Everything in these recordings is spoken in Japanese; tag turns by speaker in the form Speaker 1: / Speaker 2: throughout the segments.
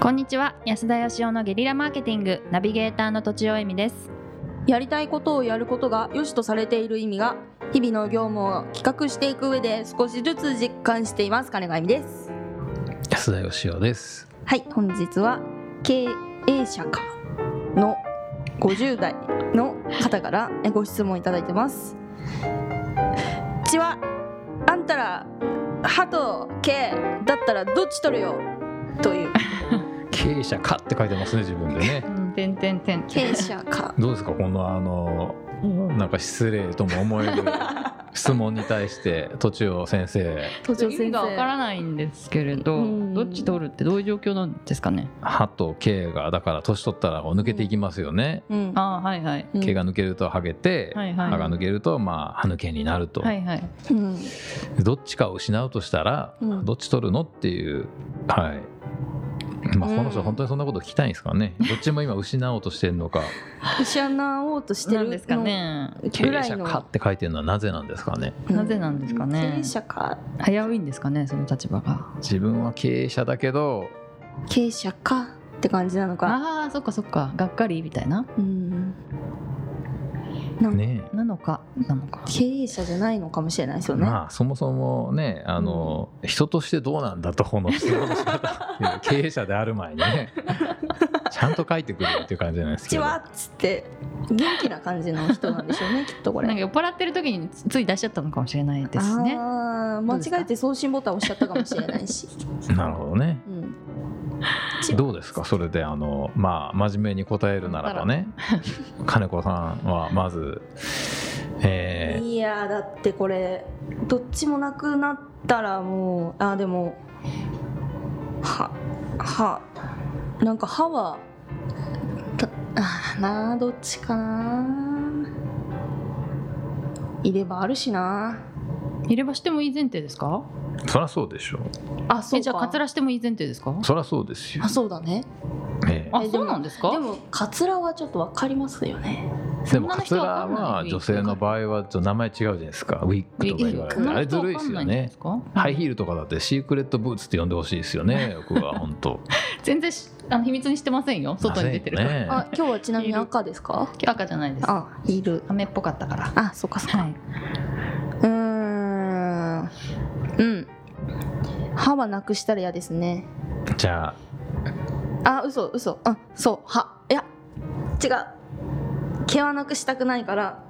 Speaker 1: こんにちは安田義雄のゲリラマーケティングナビゲーターの土地尾恵美です
Speaker 2: やりたいことをやることが良しとされている意味が日々の業務を企画していく上で少しずつ実感しています金子あゆみです
Speaker 3: 安田義雄です。
Speaker 2: はい本日は経営者かの50代の方からえご質問いただいてますうちはあんたら歯と毛だったらどっち取るよという
Speaker 3: 経営者かって書いてますね自分でね
Speaker 1: う。んてんてんてん
Speaker 2: 経営者か
Speaker 3: どうですかこのあのなんか失礼とも思え る質問に対して土地尾先生
Speaker 2: 途
Speaker 1: 意味がわからないんですけれど
Speaker 2: うん
Speaker 1: どっち取るってどういう状況なんですかね
Speaker 3: 歯と毛がだから年取ったらこう抜けていきますよね。
Speaker 2: うん
Speaker 1: ああはいはい
Speaker 2: うん
Speaker 3: 毛が抜けるとハゲて、
Speaker 1: はいはい
Speaker 3: 歯が抜けるとまあ歯抜けになると、
Speaker 1: はいはい
Speaker 2: うん
Speaker 3: どっちかを失うとしたら、
Speaker 2: うん
Speaker 3: どっち取るのっていうはい。まあ、この
Speaker 2: う
Speaker 3: 人
Speaker 2: ん
Speaker 3: 本当にそんなこと聞きたいんですかね、どっちも今失おうとしてるのか
Speaker 2: 失おうとして
Speaker 1: な
Speaker 2: る
Speaker 1: ん
Speaker 2: の
Speaker 1: ですかね
Speaker 3: 経
Speaker 2: ぐ
Speaker 3: 営
Speaker 2: らい
Speaker 3: 者
Speaker 2: の
Speaker 3: かって書いてるのはなぜなんですかね
Speaker 1: なぜなんですかね
Speaker 2: 経営者か
Speaker 1: 危ういんですかねその立場が
Speaker 3: 自分は経営者だけど
Speaker 2: 経営者かって感じなのか
Speaker 1: ああそっかそっかがっかりみたいな
Speaker 2: うんなんか
Speaker 3: ね
Speaker 1: なのかなのか
Speaker 2: 経営者じゃないのかもしれないですよね、
Speaker 3: まあそもそもねあの、人としてどうなんだとこの質問の仕方っ ていう経営者である前にねちゃんと書いてくるっていう感じじゃないで
Speaker 2: う
Speaker 3: すけ
Speaker 2: ち
Speaker 3: ど
Speaker 2: はっつって元気な感じの人なんでしょうねきっとこれ
Speaker 1: なんか酔っ払ってる時につつい出しちゃったのかもしれないですねど
Speaker 2: あー
Speaker 1: うですか
Speaker 2: 間違えて送信ボタン押しちゃったかもしれないし、
Speaker 3: なるほどね
Speaker 2: うん、
Speaker 3: どうですかそれであのまあ真面目に答えるならばね金子さんはまずえ
Speaker 2: いやーだってこれどっちもなくなったらもうあーでもははなんか歯はたあーなあどっちかないればあるしな
Speaker 1: 入れ歯してもいい前提ですか
Speaker 3: ーそりゃそうでしょ
Speaker 2: あそう
Speaker 1: え
Speaker 2: か
Speaker 1: じゃあカツラしてもいい前提ですか
Speaker 3: そりゃそうですよ
Speaker 2: あ、そうだね
Speaker 3: え
Speaker 1: あ
Speaker 2: えでも
Speaker 1: そうなんですか
Speaker 2: でもカツラはちょっとわかりますよね
Speaker 3: え
Speaker 1: そ
Speaker 3: で
Speaker 1: ん
Speaker 3: も
Speaker 1: な
Speaker 3: カ
Speaker 1: の
Speaker 3: ツ
Speaker 1: 人
Speaker 3: ラ
Speaker 1: わかんない
Speaker 3: は女性の場合はちょっと名前違うじゃないですかウィッグとか言われ
Speaker 2: ウィッ
Speaker 3: て
Speaker 2: グ
Speaker 3: あれずるいですよねハイヒールとかだってシークレットブーツって呼んでほしいですよね、僕は本当。
Speaker 1: 全然しあの秘密にしてませんよ外に出てるから、
Speaker 3: ね
Speaker 2: あ今日はちなみに赤ですか
Speaker 1: 赤じゃないです
Speaker 2: あいる
Speaker 1: 雨っぽかったから
Speaker 2: あそうかそうか、
Speaker 1: はいう
Speaker 2: ーんうん歯はなくしたら嫌ですね
Speaker 3: じゃあ
Speaker 2: あ嘘嘘うんそう歯いや違う毛はなくしたくないから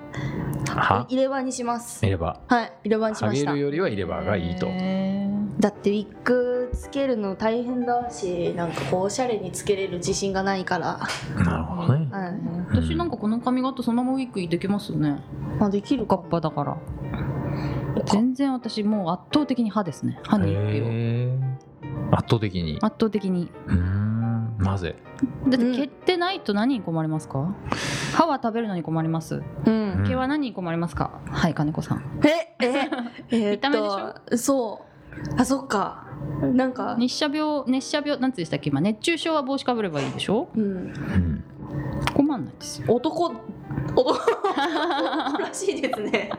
Speaker 3: 歯
Speaker 2: 入れ歯にします
Speaker 3: 入れ歯
Speaker 2: はい入れ歯にし
Speaker 3: ハ
Speaker 2: ま
Speaker 3: ゲ
Speaker 2: した
Speaker 3: るよりは入れ歯がいいと。
Speaker 1: へー
Speaker 2: だってウィッグつけるの大変だしなんかこうおしゃれにつけれる自信がないから、
Speaker 3: なるほどね。
Speaker 2: はい
Speaker 1: 私なんかこの髪型そのままウィッグできますよね
Speaker 2: まあ、できる
Speaker 1: ガ
Speaker 2: か
Speaker 1: ッ
Speaker 2: も
Speaker 1: パだから全然私もう圧倒的に歯ですね歯に行くよ
Speaker 3: へー圧倒的に。
Speaker 1: 圧倒的に
Speaker 3: うーんなぜ
Speaker 1: だっ
Speaker 2: う
Speaker 1: て
Speaker 2: ん
Speaker 1: 毛ってないと何に困りますか歯は食べるのに困ります
Speaker 2: うん
Speaker 3: うん
Speaker 1: 毛は何に困りますかはい金子さん
Speaker 2: え ええ
Speaker 1: 見た目でし
Speaker 2: ょそうあそっかなんか
Speaker 1: 日射病熱射病なんつうでしたっけ今熱中症は帽子かぶればいいでしょ
Speaker 2: うん
Speaker 3: うん
Speaker 1: 困んないですよ
Speaker 2: 男 男らしいですね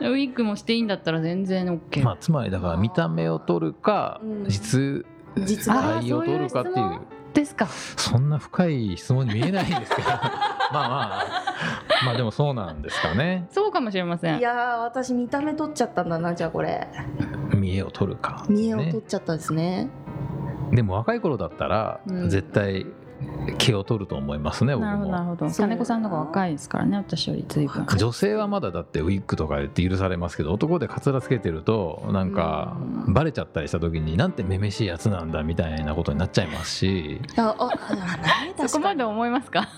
Speaker 1: ウィッグもしていいんだったら全然 OK、
Speaker 3: まあつまりだから見た目を取るか
Speaker 2: うん
Speaker 3: 実
Speaker 2: 実は
Speaker 1: あー
Speaker 3: 愛を取るかって
Speaker 1: そう
Speaker 3: い
Speaker 1: いう
Speaker 3: う
Speaker 1: ですか
Speaker 3: そんな深い質問に見えないんですけど まあまあまあでもそうなんですかね
Speaker 1: そうかもしれません
Speaker 2: いやー私見た目取っちゃったんだなじゃあこれ
Speaker 3: 見栄を取るか、
Speaker 2: 見栄を取
Speaker 3: ね
Speaker 2: っちゃったんですね
Speaker 3: でも若い頃だったら
Speaker 2: うん
Speaker 3: 絶対毛を取ると思いますね、僕
Speaker 1: なるほどなる
Speaker 3: も
Speaker 1: ほど
Speaker 2: そう
Speaker 1: 金子さんの方が若いですからね私より随分
Speaker 2: 若い
Speaker 3: 女性はまだだってウィッグとか言って許されますけど男でカツラつけてるとなんか
Speaker 2: うん
Speaker 3: バレちゃったりした時になんてめめしいやつなんだみたいなことになっちゃいます し
Speaker 2: あああね
Speaker 1: そこ
Speaker 2: 確か
Speaker 1: ま
Speaker 2: に
Speaker 1: で思いますか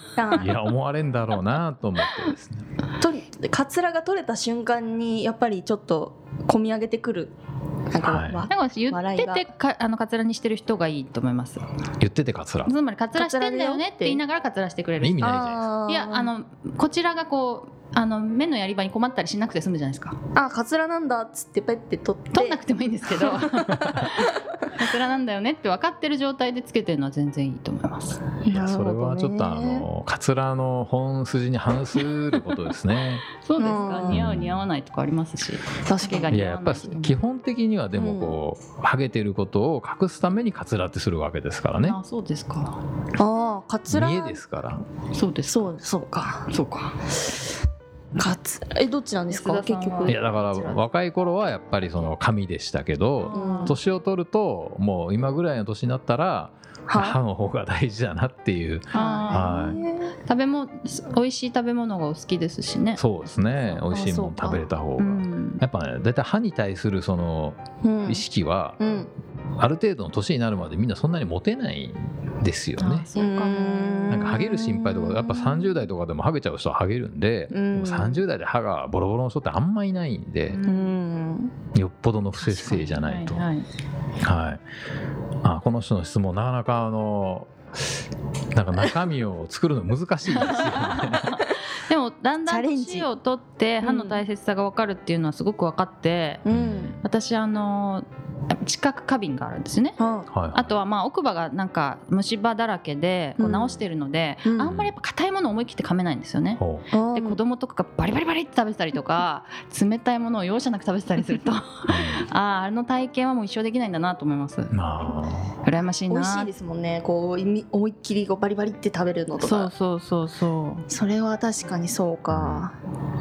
Speaker 3: いや思われんだろうなと思ってですね
Speaker 2: あ取りかつらが取れた瞬間にやっぱりちょっと込み上げてくるなんか、
Speaker 3: はい
Speaker 2: わ
Speaker 1: なんか言って
Speaker 2: 笑
Speaker 1: て
Speaker 2: い
Speaker 1: かあのカツラにしてる人がいいと思います
Speaker 3: 言っててカツラ
Speaker 1: つまりカツラしてんだよねって
Speaker 2: カツラだよって
Speaker 1: 言いながらカツラしてくれる
Speaker 3: 意味ないじゃないですか
Speaker 2: あー
Speaker 1: いやあのこちらがこうあの目のやり場に困ったりしなくて済むじゃないですか
Speaker 2: あカツラなんだっつってペッて取って
Speaker 1: 取んなくてもいいんです けど桜なんだよねって分かってる状態でつけてるのは全然いいと思います
Speaker 3: いやそれはちょっとあのカツラの本筋に反することで すね
Speaker 1: そうです
Speaker 2: う
Speaker 1: か
Speaker 2: ん
Speaker 1: 似合う似合わないとかありますし
Speaker 2: 確か
Speaker 1: 毛が
Speaker 2: に
Speaker 3: い
Speaker 1: 似
Speaker 3: や
Speaker 1: 合
Speaker 3: や
Speaker 1: わ
Speaker 3: っ
Speaker 1: な
Speaker 3: ぱ
Speaker 1: い人も
Speaker 3: 基本的にはでもこうハゲてることを隠すためにカツラってするわけですからね
Speaker 1: あそうですか
Speaker 2: ああカツラ
Speaker 3: 見えですから
Speaker 1: そうです
Speaker 2: そうそうか
Speaker 1: そうか
Speaker 2: カツえどっちなんですか
Speaker 1: 安田
Speaker 2: 結
Speaker 1: さんは
Speaker 2: 局
Speaker 3: いやだから若い頃はやっぱりその髪でしたけど
Speaker 2: うん
Speaker 3: 年を取るともう今ぐらいの年になったら歯の方が大事だなっていう
Speaker 1: あ
Speaker 3: は
Speaker 1: ー食べも美味しい食べ物がお好きですしね
Speaker 3: そうですね美味しいも
Speaker 2: そう
Speaker 3: の
Speaker 2: か
Speaker 3: 食べれた方
Speaker 1: う
Speaker 3: が。
Speaker 1: ん
Speaker 3: やっぱね、だいたい歯に対するその
Speaker 2: うん
Speaker 3: 意識は、
Speaker 2: うん
Speaker 3: ある程度の年になるまでみんなそんなに持てないんですよ
Speaker 1: あ
Speaker 3: ね。
Speaker 1: そうか
Speaker 2: うん
Speaker 1: も
Speaker 3: なんかハゲる心配とかやっぱ30代とかでもハゲちゃう人はハゲるんで、
Speaker 2: うん
Speaker 3: でも30代で歯がボロボロの人ってあんまいないんで、
Speaker 2: うん
Speaker 3: よっぽどの不摂生じゃないと。
Speaker 1: は
Speaker 3: はい
Speaker 1: はい
Speaker 3: あこの人の質問なかなかあのなんか中身を作るの難しいですよね。
Speaker 1: でもだんだん
Speaker 2: チャレンジ
Speaker 1: 年を取って歯の大切さが分かるっていうのはすごく分かって、
Speaker 2: うん
Speaker 1: 私あの知覚過敏があるんですよね
Speaker 2: は
Speaker 3: はい、
Speaker 1: あとはまあ奥歯がなんか虫歯だらけでこう直してるので、
Speaker 2: うん
Speaker 1: あんまりやっぱ硬いものを思い切って噛めないんですよね。
Speaker 3: ほう
Speaker 2: あ
Speaker 1: で子供とかがバリバリバリって食べてたりとか冷たいものを容赦なく食べてたりするとあああの体験はもう一生できないんだなと思います
Speaker 3: うんま
Speaker 1: 羨ましい
Speaker 2: 美
Speaker 1: な
Speaker 2: 味しいですもんねこういみ思いっきりこうバリバリって食べるのと
Speaker 1: そう
Speaker 2: か
Speaker 1: そうそうそ
Speaker 2: それは確かにそうか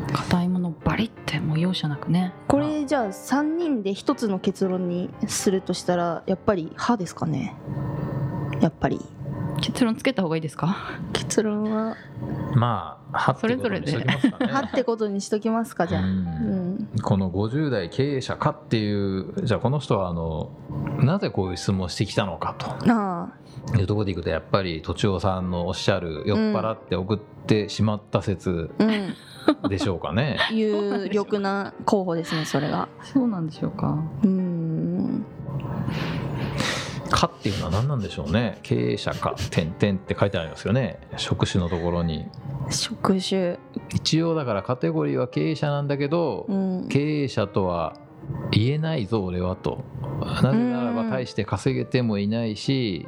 Speaker 1: う硬いものをバリってもう容赦なくね
Speaker 2: これじゃあ3人で一つの結論にするとしたらやっぱり歯ですかねやっぱり
Speaker 1: 結論つけた方がいいですか
Speaker 2: 結論は
Speaker 3: あまあ歯ってことにしときますかね。
Speaker 2: 歯ってことにしときますかじゃ
Speaker 3: う
Speaker 2: あうんん
Speaker 3: この50代経営者かっていうじゃあこの人はあのなぜこういう質問をしてきたのか
Speaker 2: ああ
Speaker 3: というところでいくとやっぱりとちおさんのおっしゃる酔っ払って送ってしまった説
Speaker 2: うん
Speaker 3: でしょうかね。
Speaker 2: 有力な候補ですねそれが
Speaker 1: そうなんでしょうか
Speaker 2: うん
Speaker 3: かっていうのは何なんでしょうね経営者か点々って書いてありますよね職種のところに
Speaker 2: 職種
Speaker 3: 一応だからカテゴリーは経営者なんだけど、
Speaker 2: うん
Speaker 3: 経営者とは言えないぞ俺はとなぜならば大して稼げてもいないし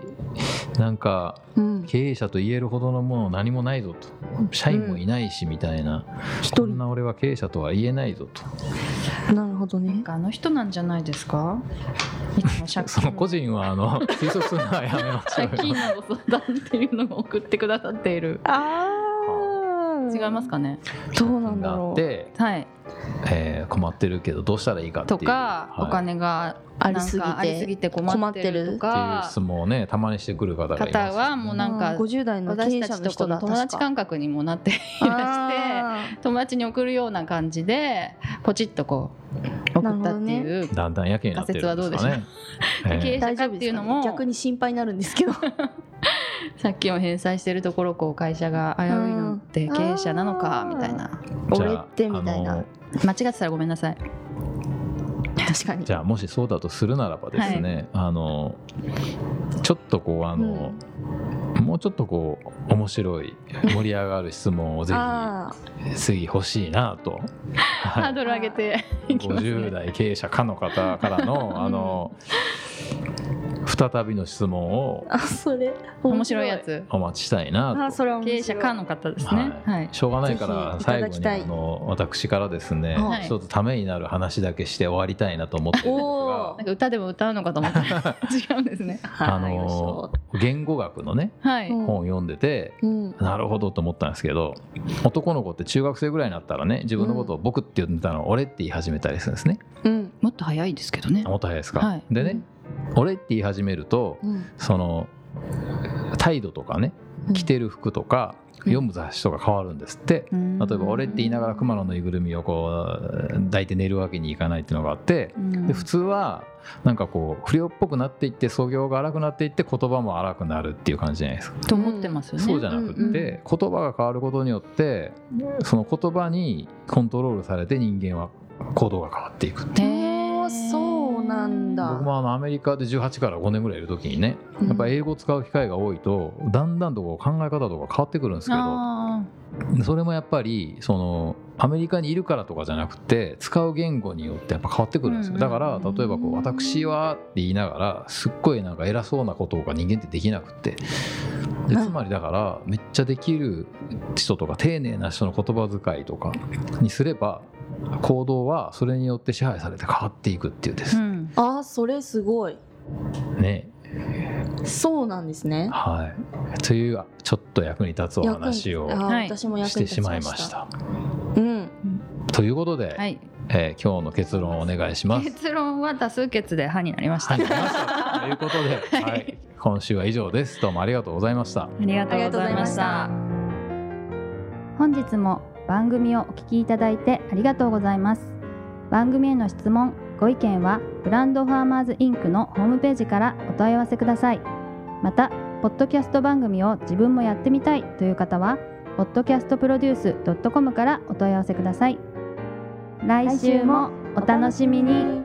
Speaker 3: なんか
Speaker 2: うん
Speaker 3: 経営者と言えるほどのもの何もないぞと社員もいないしみたいな、
Speaker 2: 一
Speaker 3: こん
Speaker 2: 人
Speaker 3: な俺は経営者とは言えないぞと
Speaker 2: なるほど
Speaker 1: なん
Speaker 2: ね
Speaker 1: かあの人なんじゃないですかいつも 借
Speaker 3: その
Speaker 1: 金
Speaker 3: 個人はあの推測するのはやめましょ
Speaker 1: 借
Speaker 3: う
Speaker 1: 金
Speaker 3: よ
Speaker 1: のご相談っていうのを送ってくださっている
Speaker 2: ああ
Speaker 1: 違いますかね
Speaker 2: どうなんだろう
Speaker 3: 借金があって、
Speaker 1: はい
Speaker 3: えー困ってるけどどうしたらいいかってい
Speaker 1: と
Speaker 3: う
Speaker 1: か、
Speaker 3: はい
Speaker 1: お金が
Speaker 2: ありすぎ
Speaker 1: なんかありす
Speaker 2: て
Speaker 1: ぎて困ってると
Speaker 3: っていう
Speaker 1: か
Speaker 3: 質問をねたまにしてくる方がいます、ね、
Speaker 1: 方はもうなんか
Speaker 2: うん50代の経
Speaker 1: 私
Speaker 2: 営
Speaker 1: た
Speaker 2: 者
Speaker 1: ちと
Speaker 2: の
Speaker 1: こ
Speaker 2: 人だ
Speaker 1: の友達感覚にもなってい
Speaker 2: い
Speaker 1: らして友達に送るような感じでポチッとこう送ったっていう、
Speaker 3: だんだんやけになってるんですかね。
Speaker 1: 仮説はどうでしょう経営者
Speaker 2: 大丈夫ですかね
Speaker 1: っていうのも
Speaker 2: 逆に心配になるんで すけど
Speaker 1: 借金を返済してるところをこう会社が危ういのって経営者なのかみたいな
Speaker 3: じゃあ
Speaker 2: 俺ってみたい
Speaker 3: あ
Speaker 2: な
Speaker 3: の
Speaker 1: 間違ってたらごめんなさい
Speaker 2: 確かに
Speaker 3: じゃあもしそうだとするならばですね、あのちょっとこうあの、もうちょっとこう面白い盛り上がる質問をぜ
Speaker 2: あ
Speaker 3: ひ次欲しいな と、
Speaker 1: ハ
Speaker 3: は
Speaker 1: ー
Speaker 3: い、
Speaker 1: ドル上げていきます
Speaker 3: 50
Speaker 1: ね
Speaker 3: 代経営者かの方からのあの再びの質問を
Speaker 2: あそれ
Speaker 1: 面白いやつ
Speaker 3: お待ちしたいなと
Speaker 2: あそれは面
Speaker 1: 経
Speaker 2: 白い
Speaker 1: 営者かの方ですね
Speaker 3: はい
Speaker 1: はい
Speaker 3: しょうがないか
Speaker 2: ぜ
Speaker 3: ら
Speaker 2: ひいた
Speaker 3: 最後
Speaker 2: だき
Speaker 3: に
Speaker 2: たい
Speaker 3: あの私からですね、
Speaker 2: はい
Speaker 3: 一つためになる話だけして終わりたいなと思って るんです
Speaker 2: お
Speaker 3: が
Speaker 2: ー
Speaker 1: なんか歌でも歌うのかと 思ったら違うんですね
Speaker 3: あ
Speaker 2: はいよいしょ
Speaker 3: の言語学のね
Speaker 1: はい、
Speaker 2: うん
Speaker 3: 本を読んでて、
Speaker 2: うん
Speaker 3: なるほどと思ったんですけど男の子って中学生ぐらいになったらね自分のことを僕って呼んでたのを俺って言い始めたりするんですね。
Speaker 2: うん
Speaker 1: もっと早いですけどね
Speaker 3: もっと早いですか、
Speaker 1: はい
Speaker 3: でね、俺って言い始めると
Speaker 2: うん
Speaker 3: その態度とかね
Speaker 2: うん
Speaker 3: 着てる服とか、
Speaker 2: うん
Speaker 3: 読む雑誌とか変わるんですって。
Speaker 1: 例え
Speaker 3: 例えば「俺」って言いながら熊野のぬいぐるみをこう抱いて寝るわけにいかないっていうのがあってで普通はなんかこう不良っぽくなっていって素行が荒くなっていって言葉も荒くなるっていう感じじゃないですか。
Speaker 1: と思ってますよね。
Speaker 3: そうじゃなくって、
Speaker 1: うんうん
Speaker 3: 言葉が変わることによってその言葉にコントロールされて人間は行動が変わっていく。
Speaker 1: へ
Speaker 2: おーそうなんだ
Speaker 3: 僕もあのアメリカで18から5年ぐらいいる時にねやっぱ英語を使う機会が多いとだんだんとこう考え方とか変わってくるんですけど
Speaker 1: あ
Speaker 3: それもやっぱりそのアメリカにいるからとかじゃなくて使う言語によってやっぱ変わってくるんですよ
Speaker 1: うんうん
Speaker 3: だ
Speaker 1: うん
Speaker 3: から例えばこう「私は」って言いながらすっごいなんか偉そうなことが人間ってできなくてで
Speaker 2: うん
Speaker 3: つまりだからめっちゃできる人とか丁寧な人の言葉遣いとかにすれば行動はそれによって支配されて変わっていくっていうです
Speaker 1: ん
Speaker 2: あーそれすごい
Speaker 3: ね。
Speaker 2: そうなんですね
Speaker 3: はい、というちょっと役に立つお話を
Speaker 2: 役にあー
Speaker 1: はい
Speaker 2: 私も役に
Speaker 3: して
Speaker 2: 立
Speaker 3: し
Speaker 2: ち
Speaker 3: まい
Speaker 2: ま
Speaker 3: ま
Speaker 2: し
Speaker 3: したた。
Speaker 2: うん
Speaker 3: ということで、
Speaker 1: はい、
Speaker 3: えー今日の結論をお願いします。
Speaker 1: 結論は多数決で歯になりました、
Speaker 3: はい、出ましたということ
Speaker 1: い
Speaker 3: で、はい、今週は以上です。どうもありがとうございました。
Speaker 1: ありがとうございました。本日も番組をお聞きいただいてありがとうございます。番組への質問、ご意見はブランドファーマーズインクのホームページからお問い合わせください。また、ポッドキャスト番組を自分もやってみたいという方は、podcastproduce.com からお問い合わせください。来週もお楽しみに。